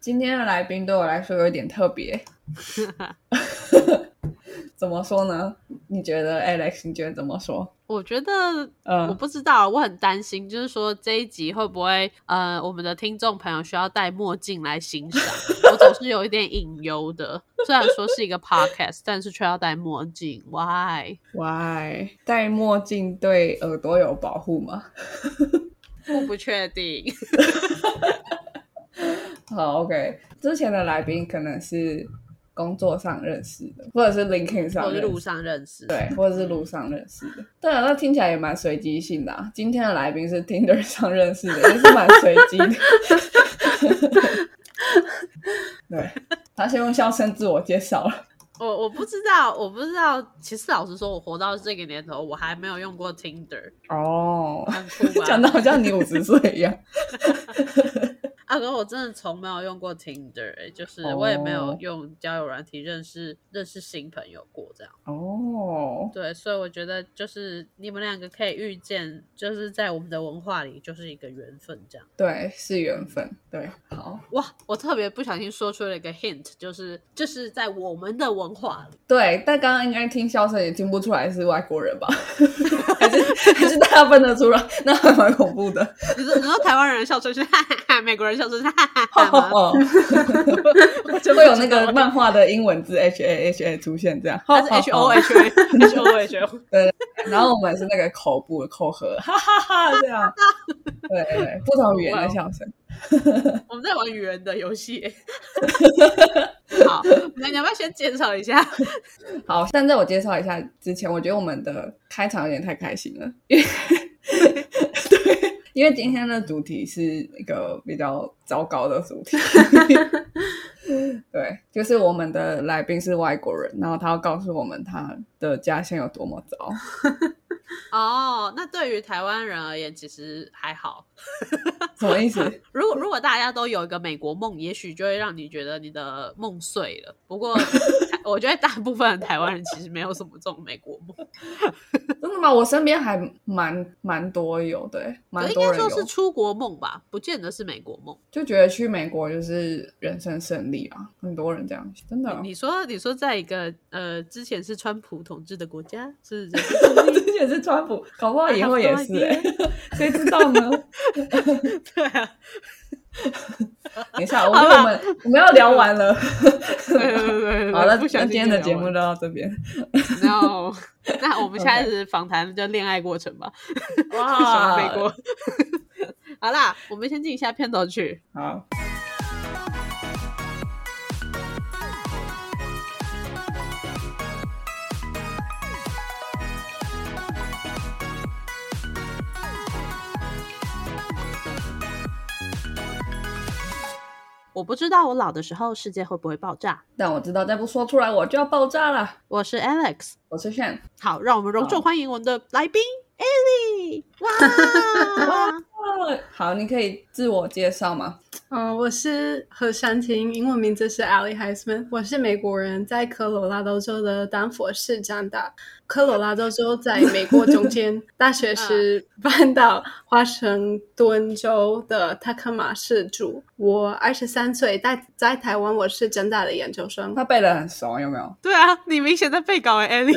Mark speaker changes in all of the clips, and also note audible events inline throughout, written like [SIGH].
Speaker 1: 今天的来宾对我来说有点特别， [LAUGHS] 怎么说呢？你觉得 Alex？你觉得怎么说？
Speaker 2: 我觉得我
Speaker 1: 嗯，
Speaker 2: 不知道，我很担心，就是说这一集会不会呃，我们的听众朋友需要戴墨镜来欣赏？我总是有一点隐忧的。虽然说是一个 podcast，但是却要戴墨镜，why？
Speaker 1: 喂，戴墨镜对耳朵有保护吗？
Speaker 2: 我不确定。
Speaker 1: 好，OK。之前的来宾可能是工作上认识的，或者是 LinkedIn 上
Speaker 2: 我是
Speaker 1: 认识
Speaker 2: 路上认识，
Speaker 1: 对，或者是路上认识的。对啊，那听起来也蛮随机性的、啊。今天的来宾是 Tinder 上认识的，也是蛮随机的。对，他先用笑声自我介绍了。
Speaker 2: 我我不知道，我不知道。其实老实说，我活到这个年头，我还没有用过 Tinder，
Speaker 1: 哦，
Speaker 2: 很酷吧？
Speaker 1: [LAUGHS] 讲的好像你五十岁一样。
Speaker 2: 阿哥，啊我真的从没有用过 Tinder，、欸、就是我也没有
Speaker 1: 哦
Speaker 2: 用交友软体认识认识新朋友过这样。
Speaker 1: 哦，
Speaker 2: 对，所以我觉得就是你们两个可以遇见，就是在我们的文化里就是一个缘分这样。
Speaker 1: 对，是缘分。对，好，
Speaker 2: 哇，我特别不小心说出了一个 hint，就是就是在我们的文化里，
Speaker 1: 对，但刚刚应该听笑声也听不出来是外国人吧？ [LAUGHS] 还是还是大家分得出来？ [LAUGHS] 那还蛮恐怖的。
Speaker 2: 你说你说台湾人的笑声是哈哈哈，美国人笑声是哈哈哈吗？
Speaker 1: 哦，
Speaker 2: 我 [LAUGHS] 真不
Speaker 1: 会有
Speaker 2: 知
Speaker 1: 那哦
Speaker 2: 道
Speaker 1: 个漫画的英文字 H A H A 出现这样，
Speaker 2: 它是 H O H A H O H O。
Speaker 1: 然后我们是那个口部的口合，哈哈哈这
Speaker 2: [LAUGHS]
Speaker 1: 样，对对对，不同语言的笑声。
Speaker 2: 我们在玩语言的游戏。好，那你要不要先介绍一下？哦
Speaker 1: 好，但在我介绍一下之前，我觉得我们的开场有点太开心
Speaker 2: [LAUGHS]
Speaker 1: 了，因为对，因为今天的主题是一个比较糟糕的主
Speaker 2: [LAUGHS]
Speaker 1: 题。对，就是我们的来宾是外国人，然后他要告诉我们他的家乡有多么糟。
Speaker 2: 哦，那对于台湾人而言，其实还好。
Speaker 1: 什么意思？
Speaker 2: 如果如果大家都有一个美国梦，也许就会让你觉得你的梦碎了。不过，我觉得大部分的台湾人其实没有什么这种美国梦，
Speaker 1: 真的吗？我身边还蛮蛮多有的欸，
Speaker 2: 可
Speaker 1: 蛮
Speaker 2: 应
Speaker 1: 多
Speaker 2: 该
Speaker 1: 人有
Speaker 2: 说是出国梦吧，不见得是美国梦。
Speaker 1: 就觉得去美国就是人生胜利啊，很多人这样想真的 [LAUGHS] 啊。
Speaker 2: 你说，你说，在一个呃之前是川普统治的国家，是人
Speaker 1: [LAUGHS] 之前是川普，搞不好以后也是、
Speaker 2: I
Speaker 1: 欸 [LAUGHS]
Speaker 2: have，
Speaker 1: 谁知道
Speaker 2: [LAUGHS]
Speaker 1: 呢？
Speaker 2: 对啊，
Speaker 1: 等一下，我
Speaker 2: 好
Speaker 1: 我
Speaker 2: 吧
Speaker 1: 们我们要聊完
Speaker 2: [LAUGHS]
Speaker 1: 了。
Speaker 2: 对对对对对。
Speaker 1: 好了，
Speaker 2: 不
Speaker 1: 那
Speaker 2: 小
Speaker 1: 今
Speaker 2: 心
Speaker 1: 天
Speaker 2: 就
Speaker 1: 的
Speaker 2: 聊
Speaker 1: 节
Speaker 2: 完
Speaker 1: 目
Speaker 2: 了
Speaker 1: 就到这边。 [LAUGHS]
Speaker 2: No，那我们下次访谈就恋爱过程吧。 [LAUGHS]
Speaker 1: 哇
Speaker 2: 美国。 [LAUGHS] 好啦，我们先进一下片头曲。
Speaker 1: 好，
Speaker 2: 我不知道我老的时候世界会不会爆炸。
Speaker 1: 但我知道再不说出来我就要爆炸了。
Speaker 2: 我是 Alex，
Speaker 1: 我是炫，
Speaker 2: 好，让我们隆重
Speaker 1: 好
Speaker 2: 欢迎我们的来 [LAUGHS] 宾 Ellie。哇
Speaker 1: 好，你可以自我介绍吗？
Speaker 3: 嗯，我是何珊婷，英文名字是 Ally Heisman，我是美国人，在科罗拉多州的丹佛市长大。科罗拉多州在美国中 [LAUGHS] 间，大学时搬到华盛顿州的塔科马市住。我二十三岁，在在台湾我是正大的研究生。
Speaker 1: 他背的很熟，有没有？
Speaker 2: 对啊，你明显在背稿哎、欸、，Ellie。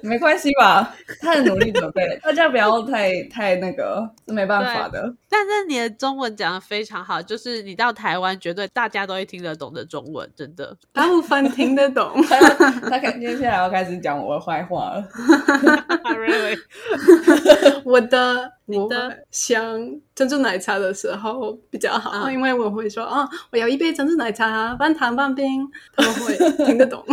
Speaker 1: 没关系吧，他很努力准备了，
Speaker 2: [LAUGHS]
Speaker 1: 大家不要太太那个，是没办法的。。
Speaker 2: [LAUGHS] 但是你的中文讲的非常好，就是你到台湾绝对大家都会听得懂的中文，真的。
Speaker 3: 大部分听得懂
Speaker 1: 他他肯接下来要开始讲我的坏话了。
Speaker 2: [LAUGHS] really？
Speaker 3: 我 [LAUGHS] 的
Speaker 2: 你
Speaker 3: 我
Speaker 2: 的
Speaker 3: 想珍珠奶茶的时候比较好，
Speaker 2: 嗯
Speaker 3: 因为我会说啊、我要一杯珍珠奶茶，半糖半冰，他们会听得懂。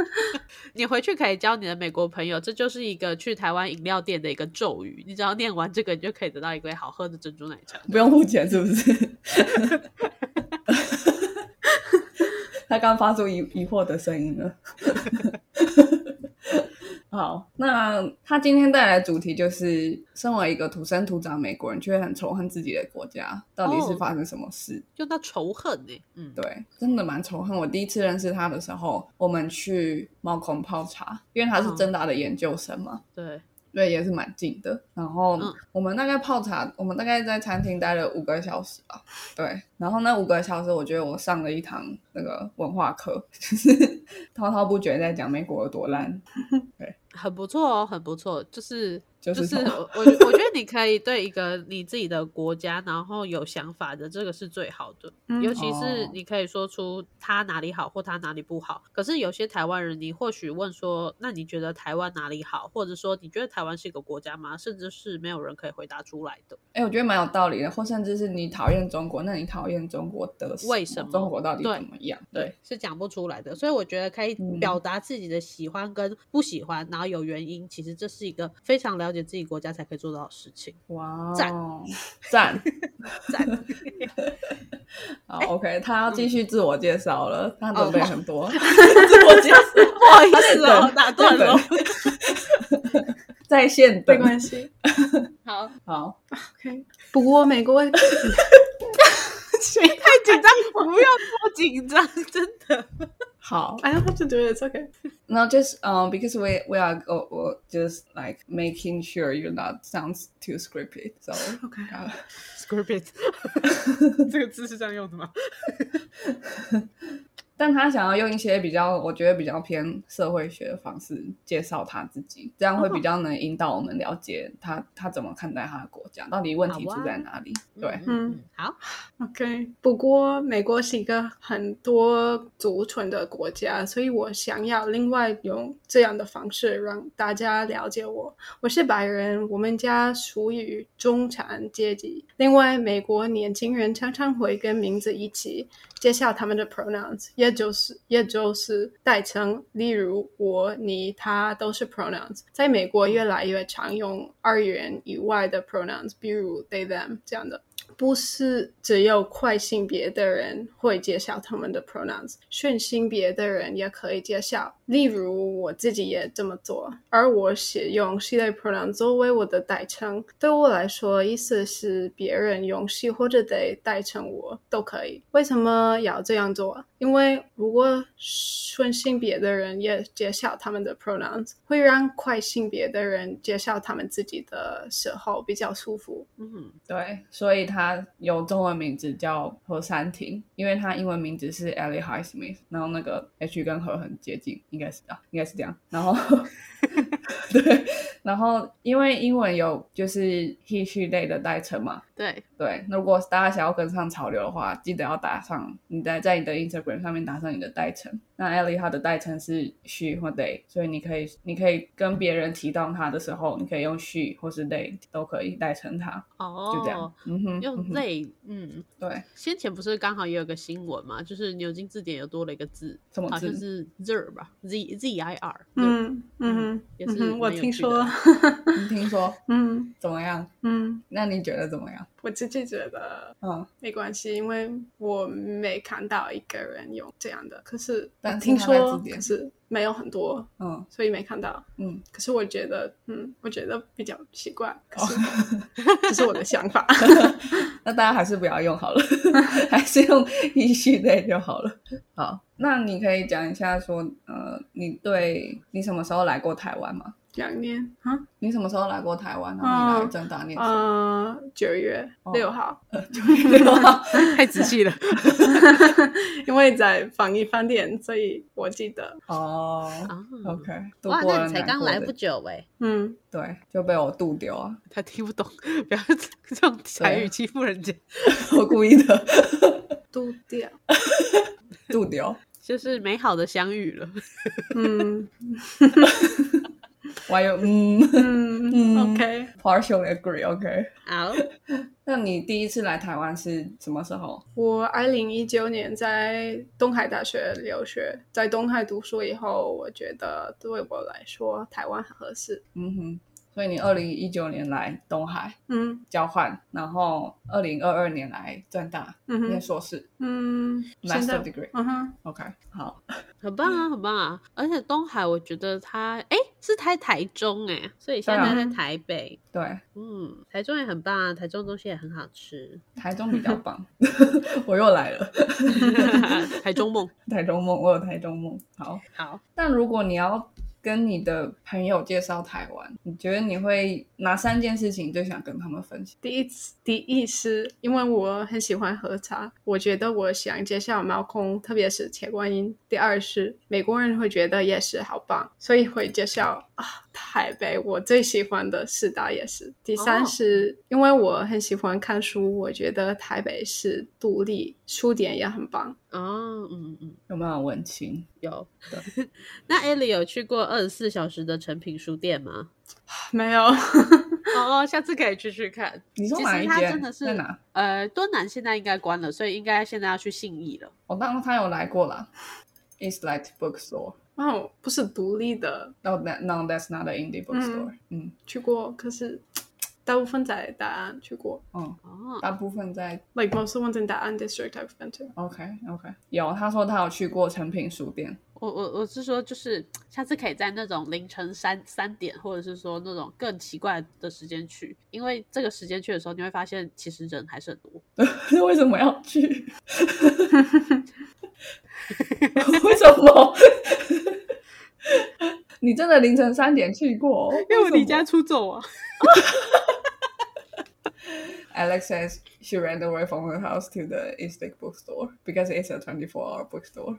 Speaker 2: [LAUGHS] 你回去可以教你的美国朋友，这就是一个去台湾饮料店的一个咒语。你只要念完这个，你就可以得到一杯好喝的珍珠奶茶。
Speaker 1: 不用付钱是不是？他刚发出疑疑惑的声音了。好，那他今天带来的主题就是，身为一个土生土长美国人，却很仇恨自己的国家，到底是
Speaker 2: 哦
Speaker 1: 发生什么事？
Speaker 2: 用到仇恨呢、嗯，
Speaker 1: 对，真的蛮仇恨。我第一次认识他的时候，我们去猫空泡茶，因为他是
Speaker 2: 嗯
Speaker 1: 真达的研究生嘛，
Speaker 2: 对，
Speaker 1: 对，也是蛮近的。然后
Speaker 2: 嗯
Speaker 1: 我们大概泡茶，我们大概在餐厅待了五个小时吧。对，然后那五个小时，我觉得我上了一堂那个文化课，就是 [LAUGHS] 滔滔不绝在讲美国有多烂，
Speaker 2: 很不错哦，很不错，就是
Speaker 1: 就
Speaker 2: 就是是
Speaker 1: 什么
Speaker 2: 我我我觉得你可以对一个你自己的国家，然后有想法的，这个是最好的。
Speaker 3: 嗯
Speaker 2: 尤其是
Speaker 1: 哦
Speaker 2: 你可以说出他哪里好或他哪里不好。可是有些台湾人，你或许问说，那你觉得台湾哪里好，或者说你觉得台湾是一个国家吗？甚至是没有人可以回答出来的。
Speaker 1: 哎、我觉得蛮有道理的，或甚至是你讨厌中国，那你讨厌中国的
Speaker 2: 为什么
Speaker 1: 么？中国到底
Speaker 2: 对
Speaker 1: 怎么样？对，，
Speaker 2: 是讲不出来的。所以我觉得可以
Speaker 1: 嗯
Speaker 2: 表达自己的喜欢跟不喜欢，然后有原因，其实这是一个非常了解自己国家才可以做到的事情。
Speaker 1: 哇、
Speaker 2: 赞
Speaker 1: 哦，赞
Speaker 2: [LAUGHS] 赞。
Speaker 1: [LAUGHS] 好，OK，他要继续自我介绍了，他
Speaker 2: 嗯
Speaker 1: 准
Speaker 2: 哦
Speaker 1: 备很多。
Speaker 2: 自 [LAUGHS] 我介绍，不好意思哦，打断了。
Speaker 1: 在线
Speaker 3: 没
Speaker 1: 等。
Speaker 3: 关 [LAUGHS] 系。
Speaker 2: 好，
Speaker 1: 好，
Speaker 3: OK，不过美国 [LAUGHS]
Speaker 2: 谁太哎紧张？不要多紧张，真 [LAUGHS] 的。
Speaker 1: 好。
Speaker 3: I don't have to do it. It's okay.
Speaker 1: Now just um because we we are go we're just like making sure you're not sounds too scripted. So
Speaker 3: OK.
Speaker 1: uh,
Speaker 2: Scorpion，这 [LAUGHS] 个字是这样用的吗？
Speaker 1: 但他想要用一些比较，我觉得比较偏社会学的方式介绍他自己，这样会比较能引导我们了解他他怎么看待他的国家，到底问题出在哪里。对，
Speaker 3: 嗯，
Speaker 2: 好，
Speaker 3: OK，不过美国是一个很多族群的国家，所以我想要另外用这样的方式让大家了解我。我是白人，我们家属于中产阶级。另外，美国年轻人常常会跟名字一起介绍他们的 pronouns，也就是也就是代称，例如我、你、他都是 pronouns。在美国，越来越常用二元以外的 pronouns，比如 they、them 这样的。不是只有快性别的人会介绍他们的 pronouns，顺性别的人也可以介绍。例如，我自己也这么做，而我使用系列 pronoun 作为我的代称。对我来说，意思是别人用系或者得代称我都可以。为什么要这样做？因为如果顺性别的人也介绍他们的 pronouns，会让快性别的人介绍他们自己的时候比较舒服。
Speaker 2: 嗯，
Speaker 1: 对，所以他有中文名字叫何山婷，因为他英文名字是 Ellie High Smith，然后那个 H 跟和很接近，应该是啊，应该是这样。然后，对，然后因为英文有就是 he she they 的代称嘛，
Speaker 2: 对，
Speaker 1: 对，如果大家想要跟上潮流的话，记得要打上你在在你的 Instagram 上面打上你的代称。那 Ellie 她的代称是 she 或 they，所以你可以你可以跟别人提到她的时候，你可以用 she 或是 they 都可以代称她。
Speaker 2: 哦，
Speaker 1: 就这样。嗯哼，嗯
Speaker 2: 用
Speaker 1: 哼
Speaker 2: they，嗯，
Speaker 1: 对
Speaker 2: 先前不是刚好也有个新闻嘛，就是牛津字典有多了一个字，
Speaker 1: 什么
Speaker 2: 好像
Speaker 1: 字
Speaker 2: 是 zir 吧，z z i r，
Speaker 3: 嗯
Speaker 2: 嗯
Speaker 3: 嗯
Speaker 2: 也
Speaker 3: 嗯
Speaker 2: 是
Speaker 3: 哼，我
Speaker 2: 蛮有
Speaker 3: 听
Speaker 2: 趣
Speaker 3: 说 [LAUGHS]
Speaker 2: 的
Speaker 3: 了，
Speaker 1: 你听说
Speaker 3: 嗯
Speaker 1: 怎么样？
Speaker 3: 嗯，
Speaker 1: 那你觉得怎么样？
Speaker 3: 我自己觉得
Speaker 1: 嗯，
Speaker 3: 没关系，因为我没看到一个人用这样的，可是
Speaker 1: 但是
Speaker 3: 听
Speaker 1: 他在
Speaker 3: 说
Speaker 1: 字典
Speaker 3: 可是没有很多，
Speaker 1: 嗯
Speaker 3: 所以没看到。
Speaker 1: 嗯，
Speaker 3: 可是我觉得，嗯，我觉得比较奇怪，可是
Speaker 2: 哦
Speaker 3: 这是我的想
Speaker 2: [LAUGHS]
Speaker 3: 法。
Speaker 1: 那大家还是不要用好了， [LAUGHS] 还是用 he she they 就好了。好，那你可以讲一下说，呃，你对你什么时候来过台湾吗？
Speaker 3: 两年啊，
Speaker 1: 你什么时候来过台湾？然后你
Speaker 2: 嗯
Speaker 1: 来正大念书？
Speaker 3: 呃，九月
Speaker 1: 哦
Speaker 2: [LAUGHS]
Speaker 3: 六号，
Speaker 1: 嗯
Speaker 2: 太仔细了。
Speaker 3: 因为在防疫饭店，所以我记得，
Speaker 2: [LAUGHS]
Speaker 1: 哦
Speaker 2: 啊
Speaker 1: ，OK，度
Speaker 2: 哇，
Speaker 1: 过
Speaker 2: 那
Speaker 1: 了
Speaker 2: 你才
Speaker 1: 难
Speaker 2: 刚
Speaker 1: 过
Speaker 2: 来
Speaker 1: 的
Speaker 2: 不久哎、
Speaker 3: 嗯，
Speaker 1: 对，就被我度丢啊， [LAUGHS]
Speaker 2: 他听不懂，不要这种台语欺负人家。
Speaker 1: 我故意的 [LAUGHS]
Speaker 3: 度掉，
Speaker 1: 度丢，
Speaker 2: 就是美好的相遇了，
Speaker 3: 嗯
Speaker 1: 我还有嗯嗯
Speaker 2: [LAUGHS]
Speaker 3: 嗯，OK。
Speaker 1: ，partially agree，OK、
Speaker 2: 好，
Speaker 1: 那你第一次来台湾是什么时候？
Speaker 3: 我二零一九年在东海大学留学，在东海读书以后，我觉得对我来说台湾很合适。
Speaker 1: 嗯哼，所以你二零一九年来东海
Speaker 3: 嗯
Speaker 1: 交换，然后二零二二年来正大
Speaker 3: 嗯
Speaker 1: 念
Speaker 3: 哼
Speaker 1: 硕士、
Speaker 3: 嗯，
Speaker 1: m a
Speaker 3: 现
Speaker 1: s t e
Speaker 3: 在
Speaker 1: r degree。
Speaker 3: 嗯哼，
Speaker 1: OK，好，
Speaker 2: 很棒啊，很棒啊！而且东海，我觉得他哎是在台中哎，所以现在
Speaker 3: 对
Speaker 2: 在
Speaker 3: 啊
Speaker 2: 台北，
Speaker 1: 对，
Speaker 2: 嗯，台中也很棒啊，台中东西也很好 [LAUGHS] 吃，
Speaker 1: 台中比较棒， [LAUGHS] 我又来了，
Speaker 2: 台中梦
Speaker 1: 台中梦，我有台中梦。好，
Speaker 2: [LAUGHS] 好，
Speaker 1: 但如果你要跟你的朋友介绍台湾，你觉得你会哪三件事情最想跟他们分享？
Speaker 3: 第一，第一是因为我很喜欢喝茶，我觉得我想介绍猫空，特别是铁观音。第二是美国人会觉得夜市好棒，所以会介绍啊台北我最喜欢的四大夜市。第三
Speaker 2: 哦
Speaker 3: 是、因为我很喜欢看书，我觉得台北市独立书店也很棒。 [LAUGHS]
Speaker 2: 哦，嗯嗯嗯，
Speaker 1: 有没有很文青？
Speaker 2: 有的。那 Ellie 有去过二十四小时的诚品书店吗？
Speaker 3: 没有，
Speaker 2: [LAUGHS] 哦，下次可以去去看。
Speaker 1: 你说
Speaker 2: 其
Speaker 1: 哪
Speaker 2: 实
Speaker 1: 一
Speaker 2: 它
Speaker 1: 间？
Speaker 2: 真的是
Speaker 1: 在哪？
Speaker 2: 呃，敦南现在应该关了，所以应该现在要去信义了。
Speaker 1: 我哦当他有来过啦。It's like bookstore.
Speaker 3: 哦，不是独立的，
Speaker 1: No, Oh, that no, that's not an indie bookstore. 嗯
Speaker 3: 去过，可是大部分在大安去过
Speaker 1: 嗯，
Speaker 2: 哦，
Speaker 1: 大部分在
Speaker 3: ，like most of ones in 大安 district I've been to。
Speaker 1: OK OK。有，他说他有去过诚品书店。 [LAUGHS]
Speaker 2: 我我我是说，就是下次可以在那种凌晨三三点，或者是说那种更奇怪的时间去，因为这个时间去的时候，你会发现其实人还是很多。
Speaker 1: 为什么要去？ [LAUGHS] 为什么？ [LAUGHS] 你真的凌晨三点去过？
Speaker 2: 出走啊。
Speaker 1: Alex says she ran away from her house to the Istik bookstore because it's a 24 hour bookstore.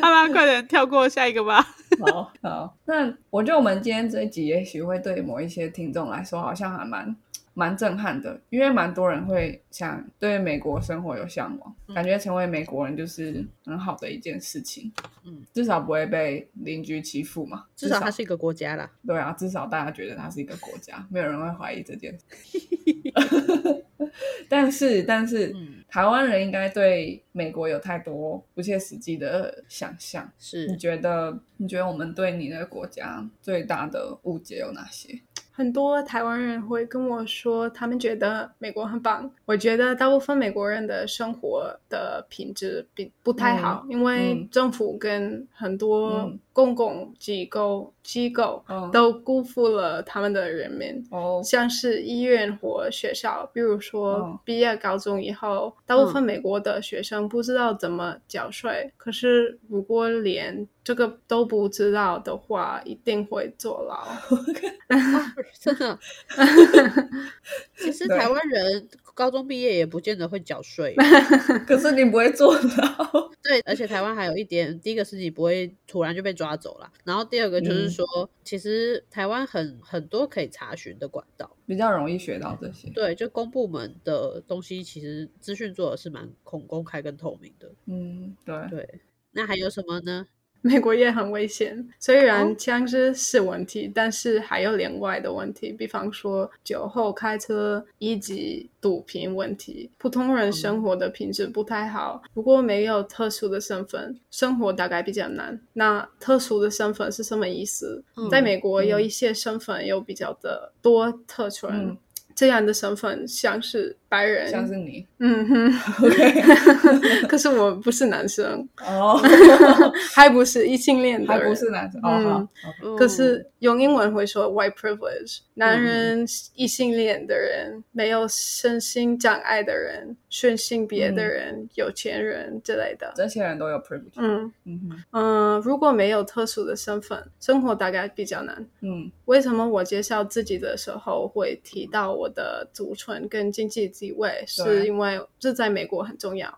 Speaker 2: 好啦，快点跳过下一个吧。
Speaker 1: [LAUGHS] 好好，那我觉得我们今天这一集也许会对某一些听众来说，好像还蛮蛮震撼的，因为蛮多人会想对美国生活有向往，
Speaker 2: 嗯
Speaker 1: 感觉成为美国人就是很好的一件事情。
Speaker 2: 嗯，
Speaker 1: 至少不会被邻居欺负嘛，
Speaker 2: [LAUGHS] 至少它是一个国家啦。
Speaker 1: 对啊，至少大家觉得它是一个国家，没有人会怀疑这件事。 [LAUGHS] 但是，但是，
Speaker 2: 嗯
Speaker 1: 台湾人应该对美国有太多不切实际的想象。你
Speaker 2: 是，
Speaker 1: 觉得，你觉得我们对你那个国家最大的误解有哪些？
Speaker 3: 很多台湾人会跟我说，他们觉得美国很棒。我觉得大部分美国人的生活的品质比不太好，因为
Speaker 1: 嗯
Speaker 3: 政府跟很多
Speaker 1: 嗯
Speaker 3: 公共机构、机构
Speaker 1: 嗯
Speaker 3: 都辜负了他们的人民。
Speaker 1: 哦，
Speaker 3: 像是医院或学校，比如
Speaker 1: 嗯
Speaker 3: 说毕业高中以后，大部分美国的学生不知道怎么缴税。可是如果连这个都不知道的话，一定会坐牢。
Speaker 2: 真的。 [LAUGHS] 其实台湾人高中毕业也不见得会缴 [LAUGHS] 税，
Speaker 1: 可是你不会做到。
Speaker 2: 对，而且台湾还有一点，第一个是你不会突然就被抓走了，然后第二个就是
Speaker 1: 嗯
Speaker 2: 说，其实台湾很很多可以查询的管道，
Speaker 1: [LAUGHS] 比较容易学到这些，
Speaker 2: 对，就公部门的东西，其实资讯做的是蛮公公开跟透明的，
Speaker 1: 嗯，对，
Speaker 2: 对。那还有什么呢？
Speaker 3: 美国也很危险，虽然
Speaker 2: 哦
Speaker 3: 枪支是问题，但是还有另外的问题，比方说酒后开车以及毒品问题。普通
Speaker 1: 哦
Speaker 3: 人生活的品质不太好，如果没有特殊的身份，生活大概比较难。那特殊的身份是什么意思？
Speaker 2: 嗯
Speaker 3: 在美国
Speaker 1: 嗯
Speaker 3: 有一些身份有比较的多特权，
Speaker 1: 嗯
Speaker 3: 这样的身份像是白人，
Speaker 1: 像是你
Speaker 3: [LAUGHS] 嗯
Speaker 1: [LAUGHS]
Speaker 3: 哼，
Speaker 1: ，OK，
Speaker 3: 可是我不是男生，
Speaker 1: [LAUGHS]
Speaker 3: [LAUGHS]
Speaker 1: 哦，
Speaker 3: 还不是异性恋的
Speaker 1: 还
Speaker 3: 人，
Speaker 1: 不是男生，哦，
Speaker 3: 嗯嗯
Speaker 1: 好，OK，
Speaker 2: 嗯
Speaker 3: 可是用英文会说 white privilege，男人、异性恋的人、没有身心障碍的人、顺性别的
Speaker 1: 嗯
Speaker 3: 人、有钱人之类的。
Speaker 1: 这些人都有 privilege，
Speaker 3: 嗯
Speaker 1: 嗯哼，
Speaker 3: 嗯、呃如果没有特殊的身份，生活大概比较难。
Speaker 1: 嗯
Speaker 3: 为什么我介绍自己的时候会提到我的族群跟经济地位？是因为这在美国很重要。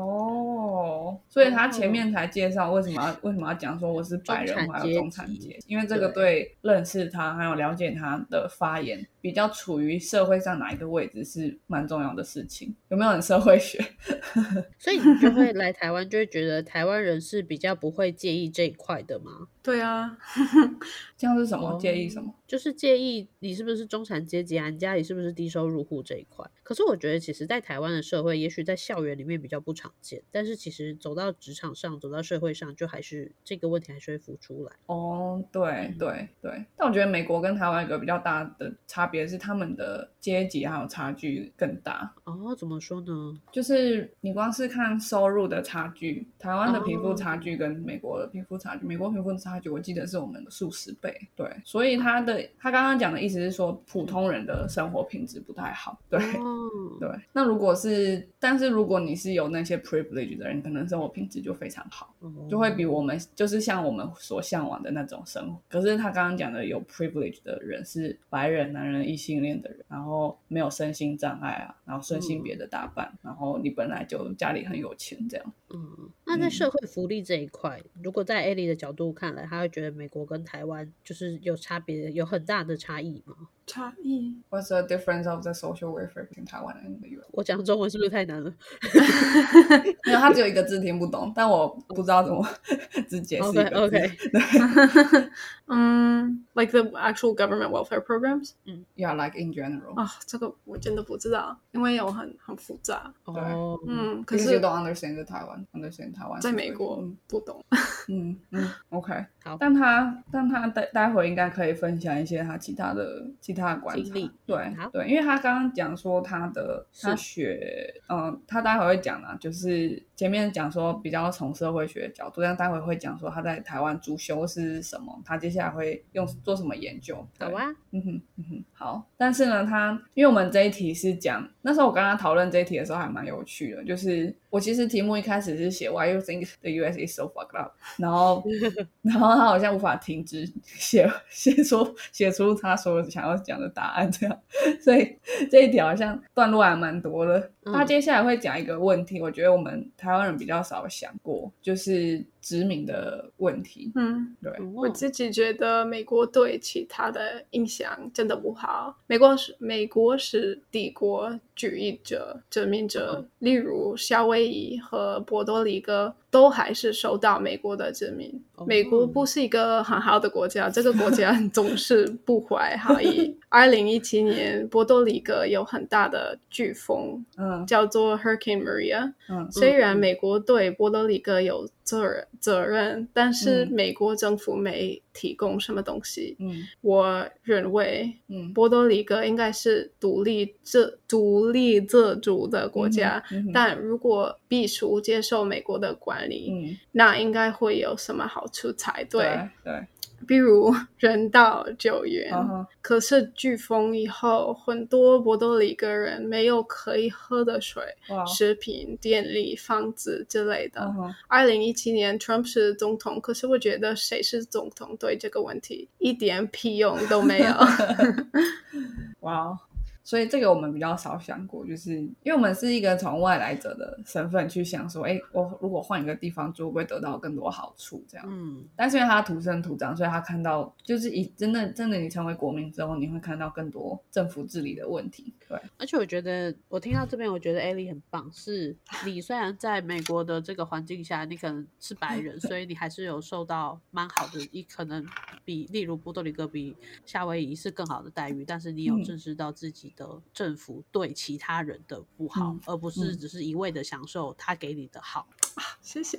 Speaker 1: 哦，所以他前面才介绍为什么要为什么要讲说我是白人，
Speaker 2: 中
Speaker 1: 我
Speaker 2: 产
Speaker 1: 还有中产
Speaker 2: 阶
Speaker 1: 阶级，因为这个对认识他还有了解他的发言，比较处于社会上哪一个位置是蛮重要的事情。有没有很社会学？
Speaker 2: 嗯所以你就会来台湾，就会觉得台湾人是比较不会介意这一块的吗？
Speaker 3: 对啊，
Speaker 1: 像是什么
Speaker 2: 哦
Speaker 1: 介意什么？
Speaker 2: 就是介意你是不是中产阶级啊，你家里是不是低收入户这一块。可是我觉得，其实，在台湾的社会，也许在校园里面比较不常见，但是其实走到职场上，走到社会上，就还是这个问题还是会浮出来。
Speaker 1: 哦，对
Speaker 2: 嗯
Speaker 1: 对对，但我觉得美国跟台湾有一个比较大的差别是他们的阶级还有差距更大。
Speaker 2: 哦，怎么说呢？
Speaker 1: 就是你光是看收入的差距，台湾的贫富差距跟美国的贫富差距，美国贫富差距我记得是我们的数十倍，对，所以他的他刚刚讲的意思是说，普通人的生活品质不太好，对。
Speaker 2: 哦，
Speaker 1: 对，那如果是，但是如果你是有那些 privilege 的人，可能生活品质就非常好，
Speaker 2: 哦
Speaker 1: 就会比我们就是像我们所向往的那种生活。可是他刚刚讲的有 privilege 的人是白人男人、异性恋的人，然后没有身心障碍啊，然后顺性别的打扮，然后你本来就家里很有钱这样。
Speaker 2: 嗯，那在社会福利这一块，如果在艾莉的角度看来，她会觉得美国跟台湾就是有差别，有很大的差异吗？
Speaker 3: 差异
Speaker 1: What's the difference of the social welfare between Taiwan and the US？
Speaker 2: 我讲中文是不是太难了？
Speaker 1: 没有，他只有一个字听不懂，但我不知道怎么 [LAUGHS] 只解释一个
Speaker 2: OK
Speaker 1: 字。
Speaker 2: OK，
Speaker 3: [LAUGHS] 嗯，like the actual government welfare programs
Speaker 1: Yeah, like in general.
Speaker 3: 啊、这个我真的不知道，因为有很很复杂。
Speaker 2: 哦，
Speaker 3: 嗯，可
Speaker 1: Because you
Speaker 3: 是
Speaker 1: don't understand the Taiwan, understand Taiwan.
Speaker 3: 在美国不懂。
Speaker 1: 嗯嗯，OK，
Speaker 2: 好
Speaker 1: 但他但他待待会应该可以分享一些他其他的其他的观察
Speaker 2: 经历，
Speaker 1: 对
Speaker 2: 好
Speaker 1: 对，因为他刚刚讲说他的
Speaker 2: 是
Speaker 1: 他学，嗯，他待会会讲啊，就是前面讲说比较从社会学的角度，但待会会讲说他在台湾主修是什么，他接下来会用做什么研究，
Speaker 2: 好
Speaker 1: 对
Speaker 2: 啊，
Speaker 1: 嗯哼，嗯哼，好。但是呢，他因为我们这一题是讲，那时候我跟他讨论这一题的时候还蛮有趣的，就是我其实题目一开始是写 Why you think the U.S. is so fucked up，然 [LAUGHS] 后然后他好像无法停止写写出写出他所有想要讲的答案这样，所以这一题好像段落还蛮多的。
Speaker 2: 嗯
Speaker 1: 他接下来会讲一个问题，我觉得我们台湾人比较少想过，就是殖民的问题。
Speaker 3: 嗯，
Speaker 1: 对，
Speaker 3: 我自己觉得美国对其他的影响真的不好。美国是美国是帝国主义者、殖民者，例如夏威夷和波多黎各都还是受到美国的殖民
Speaker 2: 哦。
Speaker 3: 美国不是一个很好的国家，这个国 [LAUGHS] 家总是不怀好 [LAUGHS] 意。二零一七年，波多黎各有很大的飓风，
Speaker 1: 嗯
Speaker 3: 叫做 Hurricane Maria。
Speaker 1: 嗯
Speaker 3: 虽然
Speaker 2: 嗯
Speaker 3: 美国对波多黎各有责任责任，但是
Speaker 1: 嗯
Speaker 3: 美国政府没提供什么东西。
Speaker 1: 嗯
Speaker 3: 我认为
Speaker 1: 嗯，
Speaker 3: 波多黎各应该是独立自独立自主的国家，
Speaker 1: 嗯哼，嗯哼
Speaker 3: 但如果必须接受美国的管理，
Speaker 1: 嗯。
Speaker 3: 那应该会有什么好处才对？
Speaker 1: 对，
Speaker 3: 比如人道救援。
Speaker 1: 嗯哼
Speaker 3: 可是飓风以后，很多波多黎各人没有可以喝的水。
Speaker 1: 哇，
Speaker 3: 食品、电力、房子之类的
Speaker 1: 嗯。哼，
Speaker 3: 二零一七年，Trump 是总统，可是我觉得谁是总统对这个问题一点屁用都没
Speaker 1: [LAUGHS]
Speaker 3: 有。
Speaker 1: 哇，哦所以这个我们比较少想过，就是因为我们是一个从外来者的身份去想说，哎，我如果换一个地方住，会不会得到更多好处？这样，
Speaker 2: 嗯，
Speaker 1: 但是因为他土生土长，所以他看到就是以真的真的你成为国民之后，你会看到更多政府治理的问题。对，
Speaker 2: 而且我觉得我听到这边，我觉得艾莉很
Speaker 1: [LAUGHS]
Speaker 2: 棒，是你虽然在美国的这个环境下，你可能是白
Speaker 1: [LAUGHS]
Speaker 2: 人，所以你还是有受到蛮好的，你可能比例如波多黎各比夏威夷是更好的待遇，但是你有
Speaker 1: 嗯
Speaker 2: 正视到自己的政府对其他人的不好，
Speaker 1: 嗯
Speaker 2: 而不是
Speaker 1: 嗯
Speaker 2: 只是一味的享受他给你的好。
Speaker 3: 谢谢。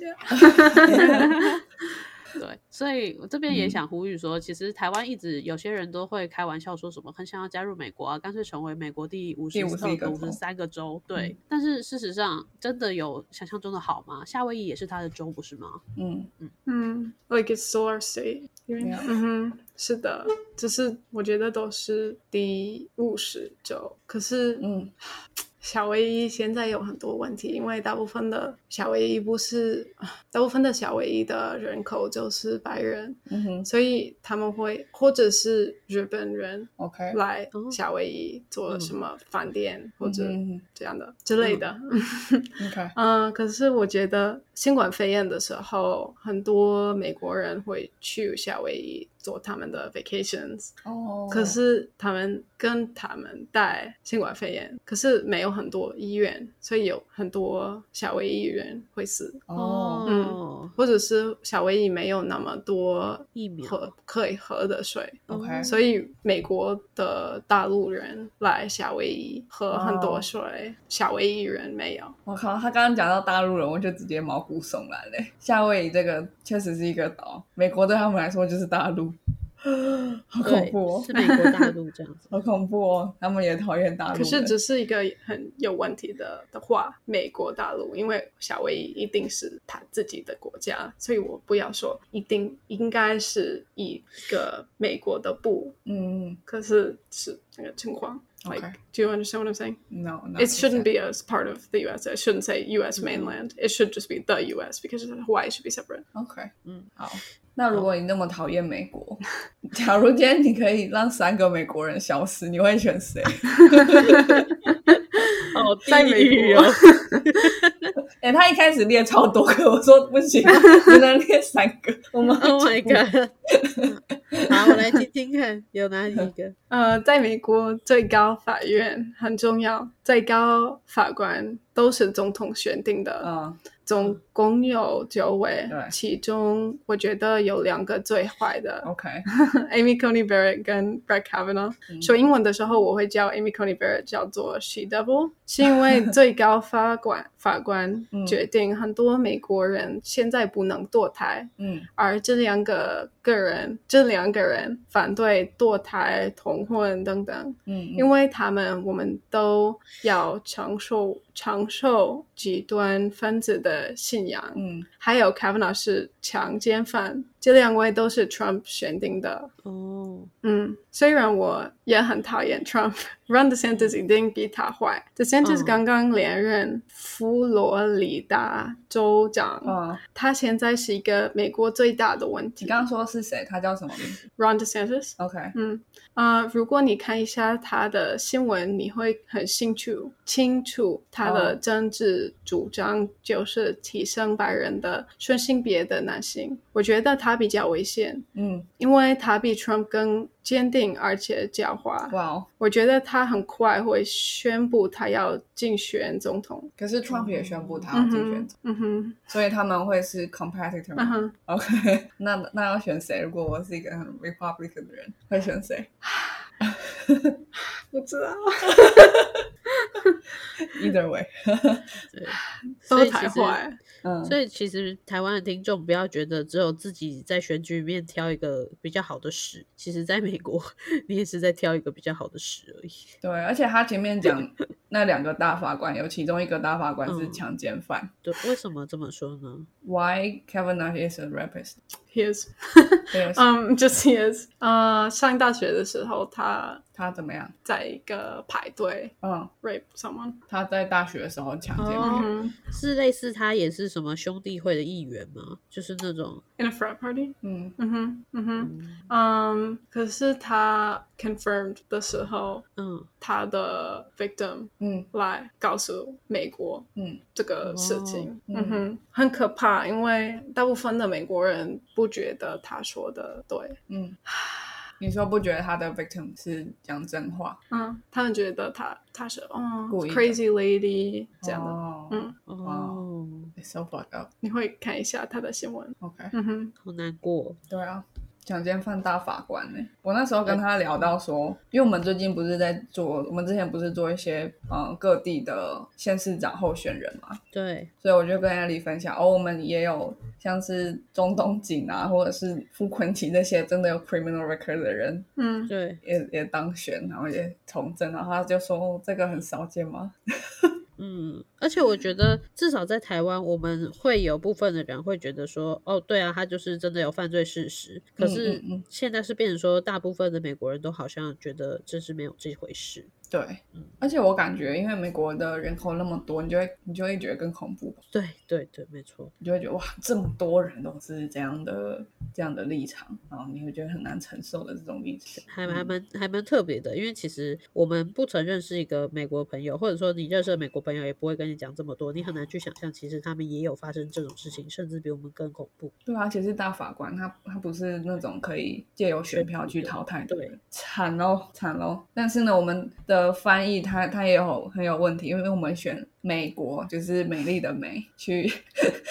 Speaker 2: 对，所以我这边也
Speaker 1: 嗯
Speaker 2: 想呼吁说，其实台湾一直有些人都会开玩笑说什么很想要加入美国啊，干脆成为美国第五十
Speaker 1: 第51
Speaker 2: 个
Speaker 1: 个
Speaker 2: 五十三个州。对，但是事实上真的有想象中的好吗？夏威夷也是他的州，不是吗？
Speaker 1: 嗯，
Speaker 3: 嗯，like it's so our city。
Speaker 1: Yeah
Speaker 3: 嗯哼，是的，只是我觉得都是第五十周，可是
Speaker 1: 嗯，
Speaker 3: 夏威夷现在有很多问题，因为大部分的夏威夷不是，啊大部分的夏威夷的人口就是白人，
Speaker 1: 嗯哼
Speaker 3: 所以他们会或者是日本人
Speaker 1: ，OK，
Speaker 3: 来
Speaker 2: 哦
Speaker 3: 夏威夷做什么饭店、或者
Speaker 1: 嗯
Speaker 3: 这样的之类的。 [LAUGHS]
Speaker 1: 哼，OK，
Speaker 3: 嗯，可是我觉得新冠肺炎的时候，很多美国人会去夏威夷做他们的 vacations，
Speaker 1: 哦，
Speaker 3: 可是他们跟他们带新冠肺炎，可是没有很多医院，所以有很多夏威夷人会死，
Speaker 1: 哦，
Speaker 3: 嗯或者是夏威夷没有那么多
Speaker 2: 疫苗
Speaker 3: 喝可以喝的水，
Speaker 1: OK
Speaker 3: 所以美国的大陆人来夏威夷
Speaker 1: 哦
Speaker 3: 喝很多水，夏威夷人没有。
Speaker 1: 我靠，他刚刚讲到大陆人，我就直接毛骨悚然嘞。夏威夷这个确实是一个岛，美国对他们来说就是大陆。 [LAUGHS] 好恐
Speaker 2: 对
Speaker 1: 怖哦，。
Speaker 2: 是美国大陆这样子
Speaker 1: 好恐怖哦，他们也讨厌大陆
Speaker 3: 可
Speaker 1: 人。
Speaker 3: 是只是一个很有问题的的话，美国大陆，因为夏威夷一定是他自己的国家，所以我不要说一定应该是一个美国的部，
Speaker 1: 嗯
Speaker 3: 可是是那个情况。
Speaker 1: Okay.
Speaker 3: Like, do you understand what I'm saying?
Speaker 1: ，no no，
Speaker 3: It shouldn't be as part of the U.S. I shouldn't say U.S.
Speaker 1: Mm-hmm.
Speaker 3: mainland. It should just be the U.S. because Hawaii should be separate.
Speaker 1: OK，
Speaker 2: 嗯，
Speaker 1: 好。那如果你那么讨厌美国，假如今天你可以让三个美国人消失，你会选谁？ [LAUGHS]
Speaker 2: 哦，
Speaker 3: 在美国
Speaker 1: 哎、他一开始列超多个，我说不行，啊只能列三个。我们
Speaker 2: ！Oh my god！好，我来听听看有哪几个。
Speaker 3: 呃，在美国最高法院很重要，最高法官都是总统选定的。
Speaker 1: 嗯
Speaker 3: 总共有九位
Speaker 1: 对，
Speaker 3: 其中我觉得有两个最坏的
Speaker 1: ，OK，
Speaker 3: [LAUGHS] ，Amy Coney Barrett 跟 Brett Kavanaugh。
Speaker 1: 嗯
Speaker 3: 说英文的时候，我会叫 Amy Coney Barrett 叫做 She Devil，是
Speaker 1: [LAUGHS]
Speaker 3: 因为最高法官法官
Speaker 1: 嗯
Speaker 3: 决定很多美国人现在不能堕胎，
Speaker 1: 嗯
Speaker 3: 而这两个个人，这两个人反对堕胎、同婚等等。
Speaker 1: 嗯，
Speaker 3: 因为他们我们都要承受承受极端分子的信仰，
Speaker 1: 嗯
Speaker 3: 还有 Kavanaugh 是强奸犯，这两位都是 Trump 选定的。
Speaker 2: 哦，
Speaker 3: 嗯，虽然我也很讨厌 [LAUGHS] Trump，Ron DeSantis 一定比他坏。DeSantis
Speaker 2: 嗯
Speaker 3: 刚刚连任佛罗里达州长，
Speaker 1: 嗯，
Speaker 3: 他现在是一个美国最大的问
Speaker 1: 你
Speaker 3: 题。
Speaker 1: 刚刚说是谁？他叫什么名字
Speaker 3: Ron DeSantis，
Speaker 1: ？OK，
Speaker 3: 嗯啊、呃如果你看一下他的新闻，你会很清楚清楚他的
Speaker 1: 哦
Speaker 3: 政治主张就是提升白人的顺性别的男性。我觉得他比较危险，
Speaker 1: 嗯，
Speaker 3: 因为他比 Trump 更坚定而且狡猾。
Speaker 1: 哇哦，
Speaker 3: 我觉得他很快会宣布他要竞选总统。
Speaker 1: 可是 Trump 也宣布他要
Speaker 3: 嗯
Speaker 1: 竞选
Speaker 3: 哼，，嗯哼，
Speaker 1: 所以他们会是 competitor
Speaker 3: 嗯
Speaker 1: 吗。
Speaker 3: 哼，
Speaker 1: OK，那 [LAUGHS] 那要选谁？如果我是一个很 Republican 的人，会选谁？
Speaker 3: [SIGHS] 不知道，
Speaker 1: [LAUGHS] Either way，
Speaker 2: 对，所
Speaker 3: 都欸
Speaker 2: 以其
Speaker 3: 太
Speaker 2: 实
Speaker 3: 坏。
Speaker 1: 嗯，
Speaker 2: 所以其实台湾的听众不要觉得只有自己在选举里面挑一个比较好的屎，其实在美国你也是在挑一个比较好的屎而已。
Speaker 1: 对，而且他前面讲那两个大法官，有其中一个大法官是
Speaker 2: 嗯
Speaker 1: 强奸犯。
Speaker 2: 对，为什么这么说呢？
Speaker 1: Why Kavanaugh is a rapist？
Speaker 3: He is，
Speaker 1: 对，
Speaker 3: [LAUGHS] 嗯、就是 He is。呃，上大学的时候他。
Speaker 1: 他怎么样？
Speaker 3: 在一个排队
Speaker 1: 嗯，
Speaker 3: rape someone。
Speaker 1: 他在大学的时候强奸
Speaker 2: 哦
Speaker 1: 别人。
Speaker 3: 嗯
Speaker 2: 是类似他也是什么兄弟会的一员吗？就是那种，
Speaker 3: ，in a frat party。
Speaker 1: 嗯
Speaker 3: 嗯哼，嗯哼，
Speaker 2: 嗯
Speaker 3: 嗯，可是他 confirmed 的时候，
Speaker 2: 嗯
Speaker 3: 他的 victim
Speaker 1: 嗯
Speaker 3: 来告诉美国
Speaker 1: 嗯
Speaker 3: 这个事情。
Speaker 1: 哦
Speaker 3: 嗯哼，很可怕，因为大部分的美国人不觉得他说的对。
Speaker 1: 嗯，你说不觉得他的 victim 是讲真话？
Speaker 3: 嗯，他们觉得他他是哦
Speaker 1: 故意的
Speaker 3: crazy lady 这样的。
Speaker 1: 哦
Speaker 3: 嗯，
Speaker 2: 哦，
Speaker 1: ，It's so fucked up。
Speaker 3: 你会看一下他的新闻。
Speaker 1: OK，
Speaker 3: 嗯哼，
Speaker 2: 好难过。
Speaker 1: 对啊，强奸犯大法官呢、我那时候跟他聊到说，因为我们最近不是在做，我们之前不是做一些呃各地的县市长候选人嘛，
Speaker 2: 对，
Speaker 1: 所以我就跟艾莉分享，哦，我们也有像是中东锦啊，或者是傅昆奇这些真的有 criminal record 的人
Speaker 3: 嗯，
Speaker 2: 对，
Speaker 1: 也也当选，然后也从政，然后他就说、哦这个很少见吗？
Speaker 2: 嗯，而且我觉得至少在台湾，我们会有部分的人会觉得说，哦，对啊，他就是真的有犯罪事实。可
Speaker 1: 嗯
Speaker 2: 是
Speaker 1: 嗯嗯
Speaker 2: 现在是变成说，大部分的美国人都好像觉得这是没有这回事。
Speaker 1: 对
Speaker 2: 嗯，
Speaker 1: 而且我感觉，因为美国的人口那么多，你就会你就会觉得更恐怖吧。
Speaker 2: 对对对，没错。
Speaker 1: 你就会觉得哇，这么多人都是这样的这样的立场，然后你会觉得很难承受的这种立场，
Speaker 2: 还还
Speaker 1: 嗯
Speaker 2: 蛮还蛮特别的，因为其实我们不曾认识一个美国朋友，或者说你认识的美国朋友也不会跟你讲这么多，你很难去想象，其实他们也有发生这种事情，甚至比我们更恐怖。
Speaker 1: 对啊，而且是大法官，他他不是那种可以借由选票去淘汰的
Speaker 2: 对
Speaker 1: 人，惨喽惨喽。但是呢，我们的翻译他他也有很有问题，因为我们选美国，就是美丽的美，去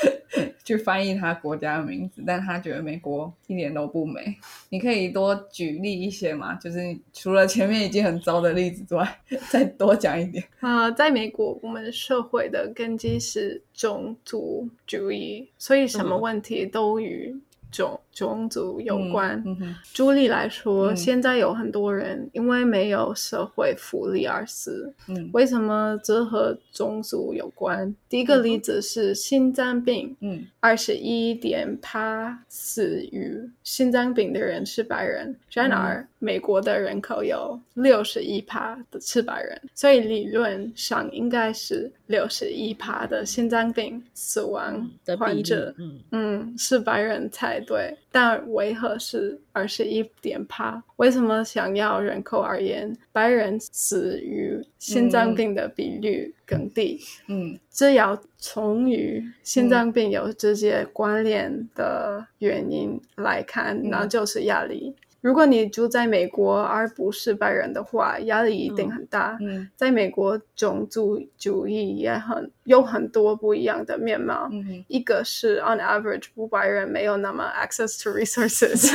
Speaker 1: [LAUGHS] 去翻译他国家的名字，但他觉得美国一点都不美。你可以多举例一些嘛，就是除了前面已经很糟的例子之外， [LAUGHS] 再多讲一点。
Speaker 3: 呃，在美国，我们社会的根基是种族主义，所以什么
Speaker 2: 嗯
Speaker 3: 问题都与种、种族有关。
Speaker 1: 嗯哼
Speaker 3: 朱莉来说，
Speaker 1: 嗯
Speaker 3: 现在有很多人因为没有社会福利而死。
Speaker 1: 嗯
Speaker 3: 为什么这和种族有关？第一个例子是心脏病，
Speaker 1: 嗯
Speaker 3: 二十一点八死于心脏病的人是白人，然而美国的人口有六十一趴的是白人，所以理论上应该是六十一趴的心脏病死亡
Speaker 2: 的
Speaker 3: 患
Speaker 2: 比
Speaker 3: 者
Speaker 2: 例，嗯，
Speaker 3: 嗯，是白人才对，但为何是二十一点八？为什么想要人口而言，白人死于心
Speaker 2: 嗯
Speaker 3: 脏病的比率更低？
Speaker 1: 嗯
Speaker 3: 这要从与心脏病有直接关联的原因来看，
Speaker 1: 嗯
Speaker 3: 那就是压力。如果你住在美国而不是白人的话，压力一定很大。
Speaker 1: 嗯
Speaker 3: 在美国，种族主义也很有很多不一样的面貌。
Speaker 1: 嗯哼
Speaker 3: 一个是 on average 不白人没有那么 access to resources，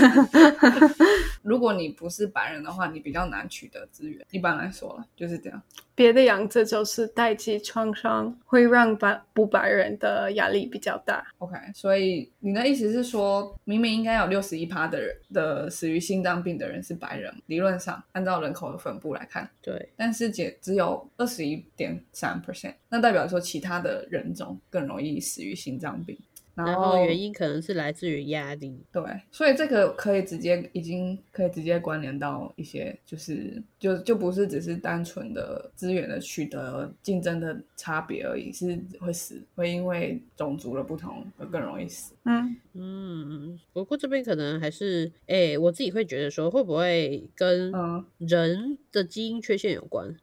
Speaker 1: [LAUGHS] 如果你不是白人的话，你比较难取得资源。一般来说了，就是这样。
Speaker 3: 别的样子就是代际创伤会让白不白人的压力比较大。
Speaker 1: OK，所以你的意思是说，明明应该有六十一趴的人的死于心脏病的人是白人，理论上按照人口的分布来看，
Speaker 2: 对，
Speaker 1: 但是只只有二十一点三 percent，那代表说其他的人种更容易死于心脏病。
Speaker 2: 然
Speaker 1: 后
Speaker 2: 后原因可能是来自于压力，
Speaker 1: 对，所以这个可以直接已经可以直接关联到一些，就是就就不是只是单纯的资源的取得竞争的差别而已，是会死，会因为种族的不同而更容易死。
Speaker 3: 嗯，
Speaker 2: 嗯，不过这边可能还是，哎、我自己会觉得说，会不会跟
Speaker 1: 嗯
Speaker 2: 人的基因缺陷有关？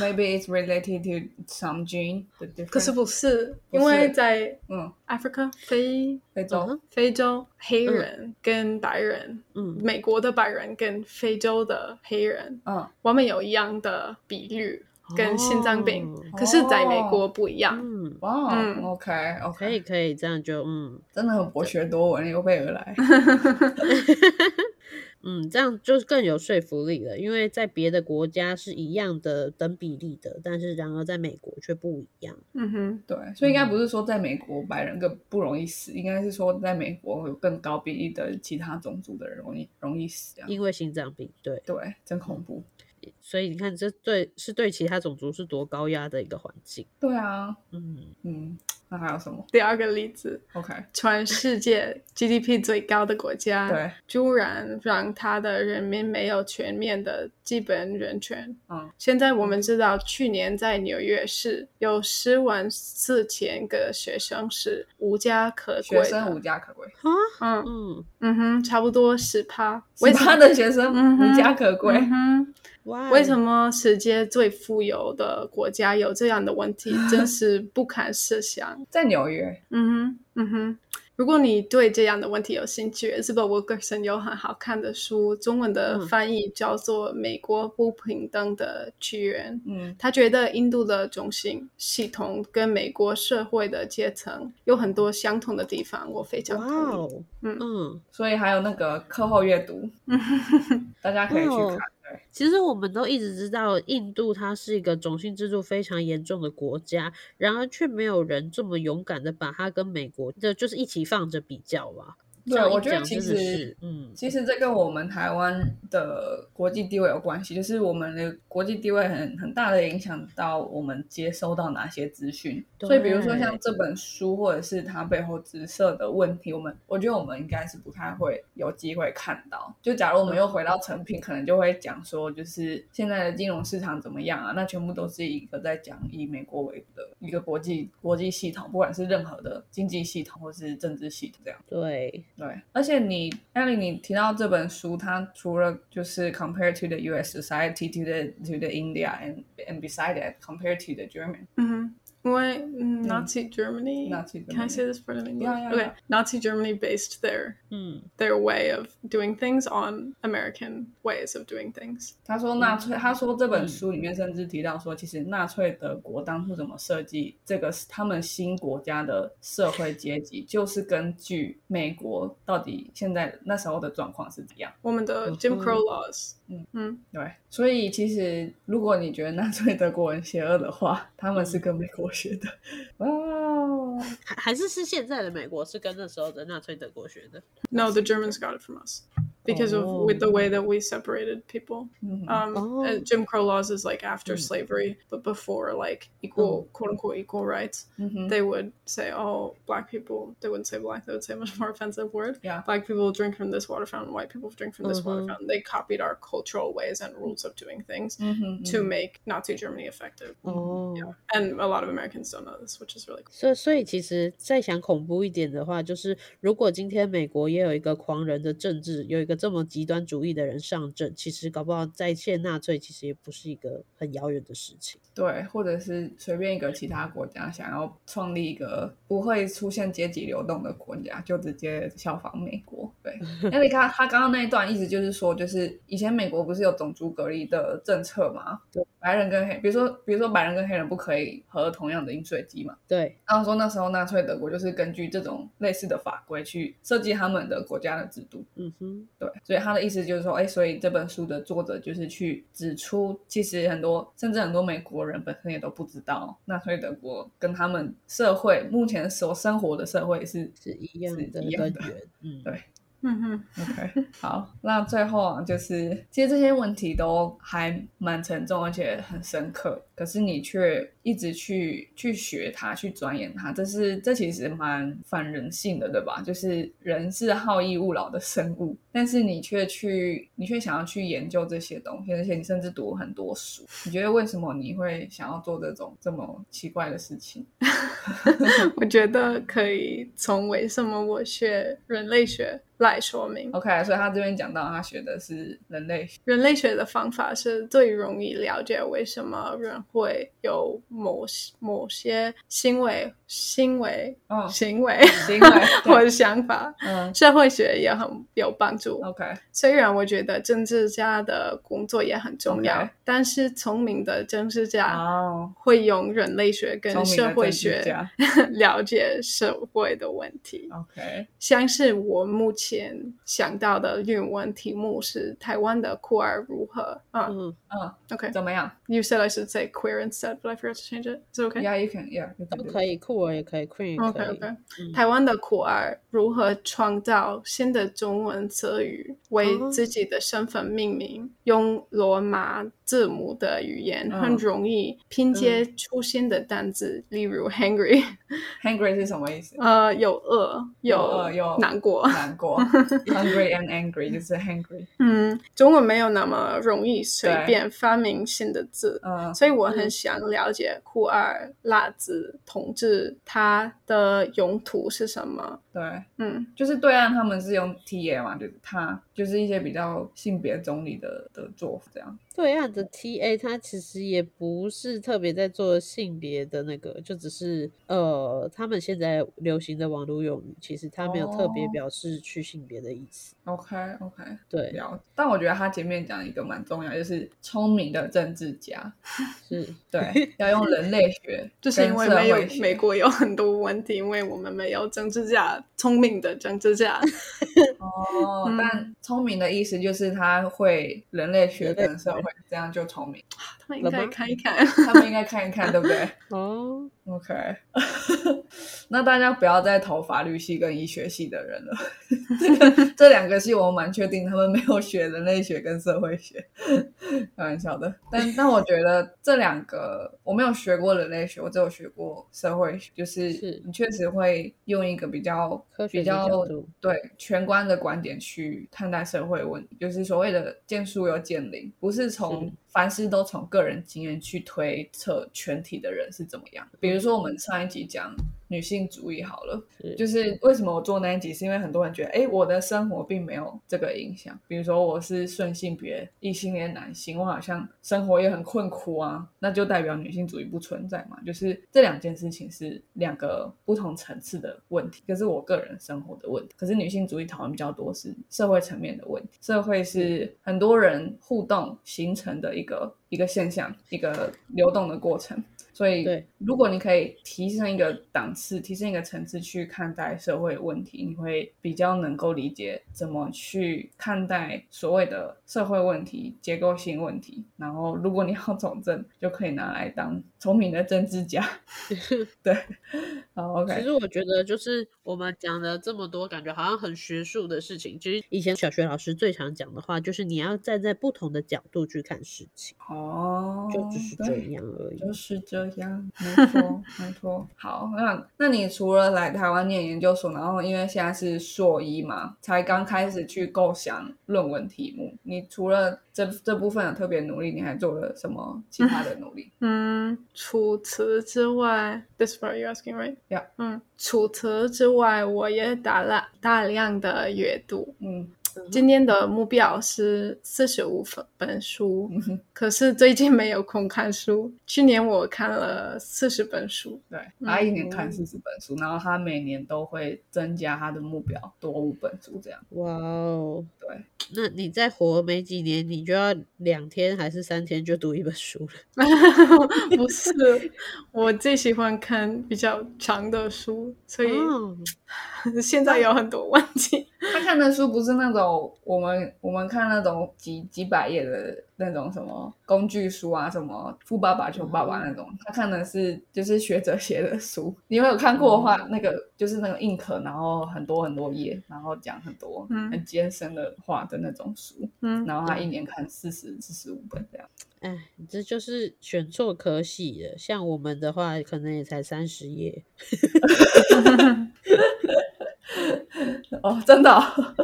Speaker 1: ，maybe it's related to some gene the difference。
Speaker 3: 可是不是，
Speaker 1: 不
Speaker 3: 因为
Speaker 1: 是
Speaker 3: 在
Speaker 1: 嗯，
Speaker 3: Africa 非
Speaker 1: 非洲
Speaker 2: 嗯哼
Speaker 3: 非洲黑
Speaker 1: 嗯
Speaker 3: 人跟白人，
Speaker 2: 嗯，
Speaker 3: 美国的白人跟非洲的黑人，
Speaker 1: 嗯
Speaker 3: 我们有一样的比率跟心脏病，啊
Speaker 2: 哦
Speaker 3: 可是在美国不一样。
Speaker 2: 嗯，
Speaker 1: 哇、
Speaker 3: 嗯
Speaker 1: o k
Speaker 2: 可以
Speaker 1: OK，
Speaker 2: 可以，这样就嗯
Speaker 1: 真的很博学多闻，有备而来。
Speaker 2: 嗯，这样就更有说服力了，因为在别的国家是一样的等比例的，但是然而在美国却不一样。
Speaker 3: 嗯哼，
Speaker 1: 对，所以应该不是说在美国白人更不容易死，应该是说在美国有更高比例的其他种族的人容易容易死这样。
Speaker 2: 因为心脏病，对，
Speaker 1: 对，真恐怖。
Speaker 2: 所以你看，这对是对其他种族是多高压的一个环境。
Speaker 1: 对啊，
Speaker 2: 嗯，
Speaker 1: 嗯，那还有什么
Speaker 3: 第二个例子，
Speaker 1: ？OK，
Speaker 3: 全世界 GDP 最高的国家，
Speaker 1: 对，
Speaker 3: 突然让他的人民没有全面的基本人权。
Speaker 1: 嗯
Speaker 3: 现在我们知道，去年在纽约市有十万四千个学生是无家可归
Speaker 1: 学
Speaker 3: 的，
Speaker 1: 生无家可归，
Speaker 2: 哈，
Speaker 3: 嗯
Speaker 2: 嗯，
Speaker 3: 嗯哼，差不多十趴。
Speaker 1: 其
Speaker 3: 为什
Speaker 1: 他
Speaker 3: 么？
Speaker 1: 的学生
Speaker 3: 嗯哼
Speaker 1: 无家可归。
Speaker 3: 嗯哼，
Speaker 2: 哇，哦
Speaker 3: 为什？么世界最富有的国家有这样的问题，真是不堪设想。
Speaker 1: 在纽约，
Speaker 3: 嗯哼，嗯哼。如果你对这样的问题有兴趣，Isabel Wilkerson 有很好看的书，中文的
Speaker 2: 嗯
Speaker 3: 翻译叫做《美国不平等的起源》。
Speaker 1: 嗯
Speaker 3: 他觉得印度的种姓系统跟美国社会的阶层有很多相同的地方，我非常
Speaker 2: 哇
Speaker 3: 同意。
Speaker 2: 哦，
Speaker 3: 嗯
Speaker 2: 嗯，
Speaker 1: 所以还有那个课后阅读，大家可以去
Speaker 2: 哦
Speaker 1: 看。对，
Speaker 2: 其实我们都一直知道，印度它是一个种姓制度非常严重的国家，然而却没有人这么勇敢的把它跟美国的就是一起放着比较啊吧。
Speaker 1: 对
Speaker 2: 这样一
Speaker 1: 我觉得
Speaker 2: 讲
Speaker 1: 其
Speaker 2: 真的
Speaker 1: 实
Speaker 2: 是，嗯，
Speaker 1: 其实这跟我们台湾的国际地位有关系，就是我们的国际地位很很大的影响到我们接收到哪些资讯。所以，比如说像
Speaker 2: 对
Speaker 1: 这本书，或者是它背后直射的问题，我们我觉得我们应该是不太会有机会看到。就假如我们又回到成品，可能就会讲说，就是现在的金融市场怎么样啊？那全部都是一个在讲以美国为主的一个国际国际系统，不管是任何的经济系统或是政治系统这样。
Speaker 2: 对，
Speaker 1: 对，而且你艾琳，你提到这本书，它除了就是 compare to the U.S. society to the to the India and and beside that compare to the German，
Speaker 3: 嗯哼，因为嗯，Nazi Germany。
Speaker 1: Nazi
Speaker 3: Can I say
Speaker 1: Germany.
Speaker 3: this for the English?
Speaker 1: Yeah, yeah,
Speaker 3: okay.
Speaker 1: yeah.
Speaker 3: Nazi Germany based their
Speaker 2: 嗯，
Speaker 3: their way of doing things on American ways of doing things.
Speaker 1: 他说纳粹，他说这本书里面甚至提到说，其实纳粹德国当初怎么设计这个他们新国家的社会阶级，就是根据美国到底现在那时候的状况是怎样。Uh-huh.
Speaker 3: 我们的 Jim Crow laws. Hmm.
Speaker 1: 嗯。对，所以其实如果你觉得纳粹德国人邪恶的话，他们是跟美国学的。哇、哦
Speaker 2: 还还是是现在的美国是跟那时候的纳粹德国学的。
Speaker 3: No, the Germans got it from us because
Speaker 2: Oh.
Speaker 3: of with the way that we separated people.
Speaker 1: 嗯
Speaker 3: Um,
Speaker 2: Oh.
Speaker 3: uh, Jim Crow laws is like after
Speaker 1: Hmm.
Speaker 3: slavery, but before like
Speaker 1: Oh.
Speaker 3: equal, quote unquote, equal rights.
Speaker 1: 嗯哼
Speaker 3: They would say, "Oh, black people." They wouldn't say black. They would say [LAUGHS] a much more offensive word.
Speaker 1: Yeah.
Speaker 3: black people drink from this water fountain. White people drink from this water
Speaker 2: Mhm.
Speaker 3: fountain. They copied our cultural ways and rules of doing things
Speaker 1: 嗯哼，
Speaker 3: to make Nazi Germany effective.
Speaker 2: 哦
Speaker 3: Yeah. And a lot of Americans don't know this, which is really cool.
Speaker 2: 所以，所以其实再想恐怖一点的话，就是如果今天美国也有一个狂人的政治，有一个这么极端主义的人上阵，其实搞不好再现纳粹其实也不是一个很遥远的事情。
Speaker 1: 对，或者是随便一个其他国家想要创立一个不会出现阶级流动的国家，就直接效仿美国。对，那你看他刚刚那一段意思就是说，就是以前美国不是有种族隔离的政策吗？
Speaker 2: 对，
Speaker 1: 白人跟黑，比如说比如说白人跟黑人不可以喝同样的饮水机嘛。
Speaker 2: 对，
Speaker 1: 然后说那时候纳粹德国就是根据这种类似的法规去设计他们的国家的制度。
Speaker 2: 嗯哼，
Speaker 1: 对，所以他的意思就是说，哎，所以这本书的作者就是去指出，其实很多甚至很多美国人本身也都不知道纳粹德国跟他们社会目前所生活的社会是
Speaker 2: 是一样
Speaker 1: 是
Speaker 2: 的
Speaker 1: 一
Speaker 2: 根
Speaker 1: 样的
Speaker 2: 源。嗯，
Speaker 1: 对
Speaker 3: Mm-hmm. [LAUGHS]
Speaker 1: OK，好， [LAUGHS] 那最后啊，就是其实这些问题都还蛮沉重，而且很深刻，可是你却一直去去学它，去钻研它，这是这其实蛮反人性的，对吧？就是人是好逸恶劳的生物，但是你却去，你却想要去研究这些东西，而且你甚至读很多书。你觉得为什么你会想要做这种这么奇怪的事情？
Speaker 3: 我觉得可以从为什么我学人类学来说明。
Speaker 1: OK，所以他这边讲到他学的是人类学，
Speaker 3: 人类学的方法是最容易了解为什么人会有某些某些行为、行为、
Speaker 1: 嗯，
Speaker 3: 行为
Speaker 1: 行
Speaker 3: [LAUGHS]
Speaker 1: 为，
Speaker 3: 或
Speaker 1: 对
Speaker 3: 者想法。
Speaker 1: 嗯
Speaker 3: 社会学也很有帮助。
Speaker 1: ，OK，
Speaker 3: 虽然我觉得政治家的工作也很重要
Speaker 1: OK
Speaker 3: 但是聪明的政治家
Speaker 1: 哦，
Speaker 3: 会用人类学
Speaker 1: 聪
Speaker 3: 跟
Speaker 1: 明的
Speaker 3: 社会
Speaker 1: 政治
Speaker 3: 学
Speaker 1: 家
Speaker 3: [LAUGHS] 了解社会的问题。
Speaker 1: OK，
Speaker 3: 像是我目前想到的英文题目是台湾的酷儿如何啊、
Speaker 2: 嗯，
Speaker 1: 嗯，
Speaker 3: o k
Speaker 1: 怎么样
Speaker 3: You said I should say queer instead, but I forgot to change it. Is it okay?
Speaker 1: ？Yeah，you can，Yeah，
Speaker 2: 都可以，酷儿也可以，queen 也
Speaker 3: OK
Speaker 2: 可以。
Speaker 3: OK，、
Speaker 2: 嗯
Speaker 3: 台湾的酷儿如何创造新的中文词语，为
Speaker 2: 哦
Speaker 3: 自己的身份命名，用罗马字母的语言
Speaker 1: 嗯
Speaker 3: 很容易拼接出新的单字，例
Speaker 1: 嗯
Speaker 3: 如 hungry，
Speaker 1: Hungry 是什么意思？
Speaker 3: 呃，有饿，
Speaker 1: 饿有
Speaker 3: 难过，
Speaker 1: 难
Speaker 3: [LAUGHS]
Speaker 1: 过，Hungry and angry 就是 hungry，
Speaker 3: 嗯，中文没有那么容易随
Speaker 1: 对
Speaker 3: 便发明新的字，
Speaker 1: 嗯
Speaker 3: 所以我很想了解酷儿、辣子、同志它的用途是什么。
Speaker 1: 对，
Speaker 3: 嗯，
Speaker 1: 就是对岸他们是用 TA 嘛，就是他就是一些比较性别中立的的做法这样。
Speaker 2: 对岸的 TA 它其实也不是特别在做性别的那个，就只是呃，他们现在流行的网络用语，其实它没有特别
Speaker 1: 哦
Speaker 2: 表示去性别的意思。
Speaker 1: OK OK，
Speaker 2: 对，
Speaker 1: 了解。但我觉得他前面讲一个蛮重要，就是聪明的政治家，
Speaker 2: 是
Speaker 3: [LAUGHS]
Speaker 1: 对，要用人类学
Speaker 3: 就
Speaker 1: 跟
Speaker 3: 是
Speaker 1: 社
Speaker 3: 因为没有
Speaker 1: 会学，
Speaker 3: 美国有很多问题，因为我们没有政治家，聪明的政治家。 [LAUGHS]
Speaker 1: 哦
Speaker 3: 嗯，
Speaker 1: 但聪明的意思就是他会人类学
Speaker 2: 人类
Speaker 1: 跟社会，这样就聪明。
Speaker 3: 他们应
Speaker 2: 了
Speaker 3: 该
Speaker 2: 吗
Speaker 3: 看一看。 [LAUGHS]
Speaker 1: 他们应该看一看，对不对
Speaker 2: 哦，
Speaker 1: ？OK，那大家不要再投法律系跟医学系的人了。这个这两个系我蛮确定他们没有学人类学跟社会学，开玩笑的。但但我觉得这两个我没有学过人类学，我只有学过社会学，就是
Speaker 2: 是
Speaker 1: 你确实会用一个比较
Speaker 2: 科
Speaker 1: 比
Speaker 2: 学的
Speaker 1: 较
Speaker 2: 角度，
Speaker 1: 对全观的观点去看待社会问题，就是所谓的见树又见林，不是从
Speaker 2: 是
Speaker 1: 凡事都从个人经验去推测全体的人是怎么样。比如说我们上一集讲女性主义好了，
Speaker 2: 是
Speaker 1: 就是为什么我做那一集，是因为很多人觉得，哎，我的生活并没有这个影响。比如说我是顺性别异性恋男性，我好像生活也很困苦啊，那就代表女性主义不存在嘛。就是这两件事情是两个不同层次的问题，可是我个人生活的问题，可是女性主义讨论比较多是社会层面的问题，社会是很多人互动形成的一个一个现象，一个流动的过程。所以
Speaker 2: 对，
Speaker 1: 如果你可以提升一个档次，提升一个层次去看待社会问题，你会比较能够理解怎么去看待所谓的社会问题、结构性问题。然后，如果你要从政， [LAUGHS] 就可以拿来当聪明的政治家。对，好
Speaker 2: 其
Speaker 1: ，OK，
Speaker 2: 实我觉得，就是我们讲了这么多，感觉好像很学术的事情。其实以前小学老师最常讲的话，就是你要站在不同的角度去看事情，
Speaker 1: 哦，
Speaker 2: 就只是这
Speaker 1: 对
Speaker 2: 样而已。
Speaker 1: 就是这样，没错，没错。好，那那你除了来台湾念研究所，然后因为现在是硕一嘛，才刚开始去构想论文题目，你除了这这部分有特别努力，你还做了什么其他的努 [LAUGHS] 力？
Speaker 3: 嗯，除此之外，this part you asking right?
Speaker 1: Yeah.
Speaker 3: 嗯，除此之外，我也打了大量的阅读。
Speaker 1: 嗯，
Speaker 3: 今天的目标是四十五本书，
Speaker 1: 嗯哼
Speaker 3: 可是最近没有空看书。去年我看了四十本书，
Speaker 1: [LAUGHS]
Speaker 3: [LAUGHS]
Speaker 1: 对，他一年看四十本书，然后他每年都会增加他的目标，多五本书这样。
Speaker 2: 哇哦！
Speaker 1: 对，
Speaker 2: 那你再活没几年，你就要两天还是三天就读一本书了？ [LAUGHS]
Speaker 3: 不是我最喜欢看比较长的书，所以
Speaker 2: 哦，
Speaker 3: [LAUGHS] 现在有很多问题。
Speaker 1: 他看的书不是那种我们我们看那种几几百页的那种什么工具书啊，什么《富爸爸穷爸爸》那种，
Speaker 3: 嗯
Speaker 1: 他看的是就是学者写的书。你们有看过的话，那个就是那个硬壳，然后很多很多页，然后讲很多
Speaker 3: 嗯
Speaker 1: 很艰深的话的那种书。
Speaker 3: [LAUGHS] 嗯，
Speaker 1: 然后他一年看四十四十五本这样。
Speaker 2: 哎，这就是选错科系了。像我们的话，可能也才三十页。 [LAUGHS]
Speaker 1: 哦，真的哦、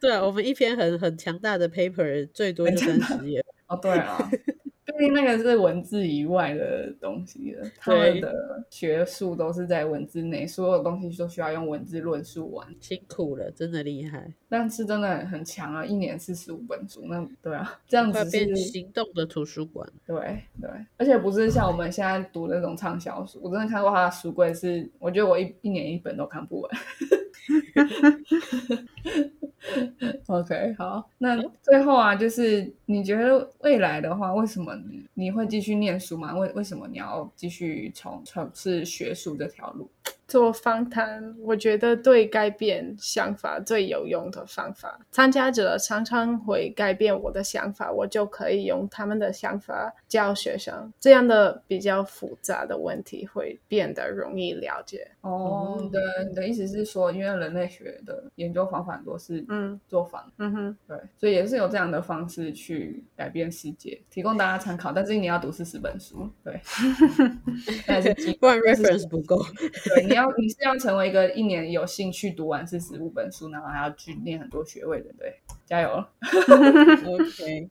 Speaker 2: 对啊，我们一篇很很强大的 paper 最多就
Speaker 1: 很
Speaker 2: 三
Speaker 1: 强
Speaker 2: 十页。
Speaker 1: 哦，对啊，毕竟那个是文字以外的东西了，他
Speaker 2: 对
Speaker 1: 们的学术都是在文字内，所有东西都需要用文字论述完。
Speaker 2: 辛苦了，真的厉害，
Speaker 1: 但是真的很强啊，一年四十五本书，那对啊，这样
Speaker 2: 快
Speaker 1: 子
Speaker 2: 变
Speaker 1: 是，
Speaker 2: 行动的图书馆。
Speaker 1: 对对，而且不是像我们现在读的那种畅销书，我真的看过他的书柜是，我觉得我一一年一本都看不完。OK，好，那最后啊，就是你觉得未来的话，为什么你你会继续念书吗？为为什么你要继续从从事学术这条路？
Speaker 3: 做访谈，我觉得对改变想法最有用的方法。参加者常常会改变我的想法，我就可以用他们的想法教学生。这样的比较复杂的问题会变得容易了解。
Speaker 1: 哦，你的你的意思是说，因为人类学的研究方法很多是
Speaker 3: 嗯
Speaker 1: 做访
Speaker 3: 嗯哼，
Speaker 1: 对，所以也是有这样的方式去改变世界，提供大家参考。但是你要读四十本书，
Speaker 2: [LAUGHS]
Speaker 1: 对，那 [LAUGHS] 也是基
Speaker 2: 不然
Speaker 1: 但是
Speaker 2: reference 不够。
Speaker 1: 对，你要你是要成为一个一年有兴趣读完四十五本书，然后还要去念很多学位的，对，加油！
Speaker 2: OK，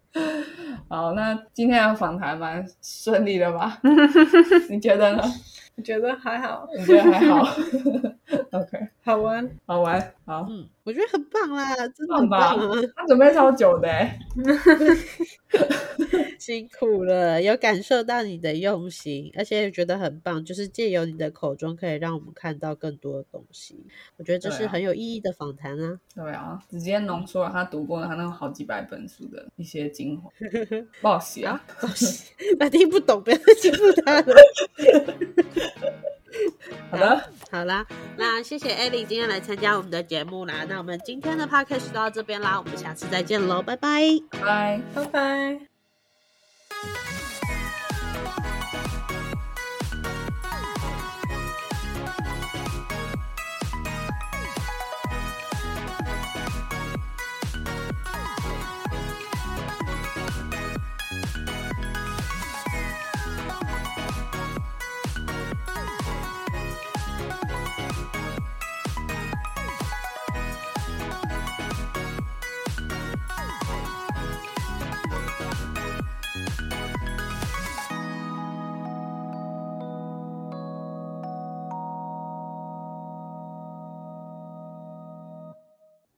Speaker 1: 好，那今天的访谈蛮顺利的吧？ [LAUGHS] 你觉得呢？
Speaker 3: 我觉得还好，
Speaker 1: 你觉得还好 [LAUGHS] ？OK，
Speaker 3: 好玩。
Speaker 1: 好玩，好，
Speaker 2: 嗯，我觉得很棒啦，真的
Speaker 1: 棒
Speaker 2: 很
Speaker 1: 吧
Speaker 2: 棒啊，
Speaker 1: 他准备超久的欸，
Speaker 2: 辛苦了，有感受到你的用心，而且也觉得很棒，就是借由你的口中可以让我们看到更多的东西。我觉得这
Speaker 1: 对
Speaker 2: 是
Speaker 1: 啊
Speaker 2: 很有意义的访谈啊。 [LAUGHS]
Speaker 1: 对啊，直接浓缩了他读过的他那好几百本书的一些精 [LAUGHS] 华，不好写啊。
Speaker 2: 恭喜，那听不懂不要欺负他 [LAUGHS] 了。
Speaker 1: 好的，
Speaker 2: 好啦，那谢谢艾莉今天来参加我们的节目啦。那我们今天的 podcast 就到这边啦，我们下次再见喽，拜拜。
Speaker 1: 拜。
Speaker 3: 拜拜。